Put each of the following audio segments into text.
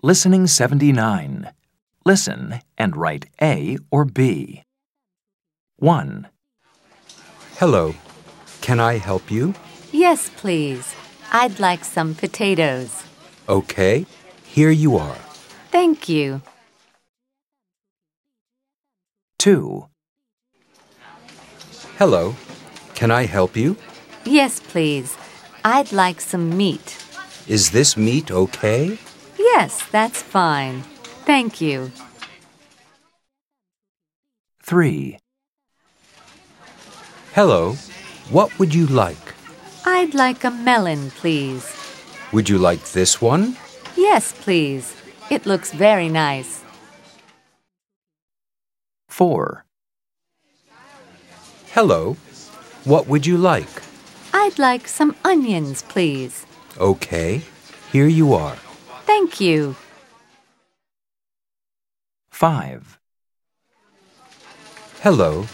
Listening 79. Listen and write A or B. 1, Hello. Can I help you? Yes, please. I'd like some potatoes. Okay. Here you are. Thank you. 2, Hello. Can I help you? Yes, please. I'd like some meat. Is this meat okay? Yes, that's fine. Thank you. 3, Hello. What would you like? I'd like a melon, please. Would you like this one? Yes, please. It looks very nice. 4, Hello. What would you like? I'd like some onions, please. Okay. Here you are. Thank you. 5, Hello.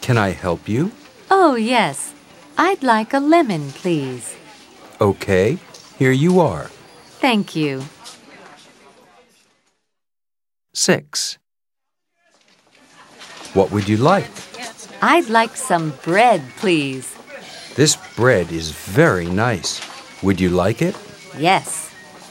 Can I help you? Oh, yes. I'd like a lemon, please. Okay. Here you are. Thank you. 6, What would you like? I'd like some bread, please. This bread is very nice. Would you like it? Yes.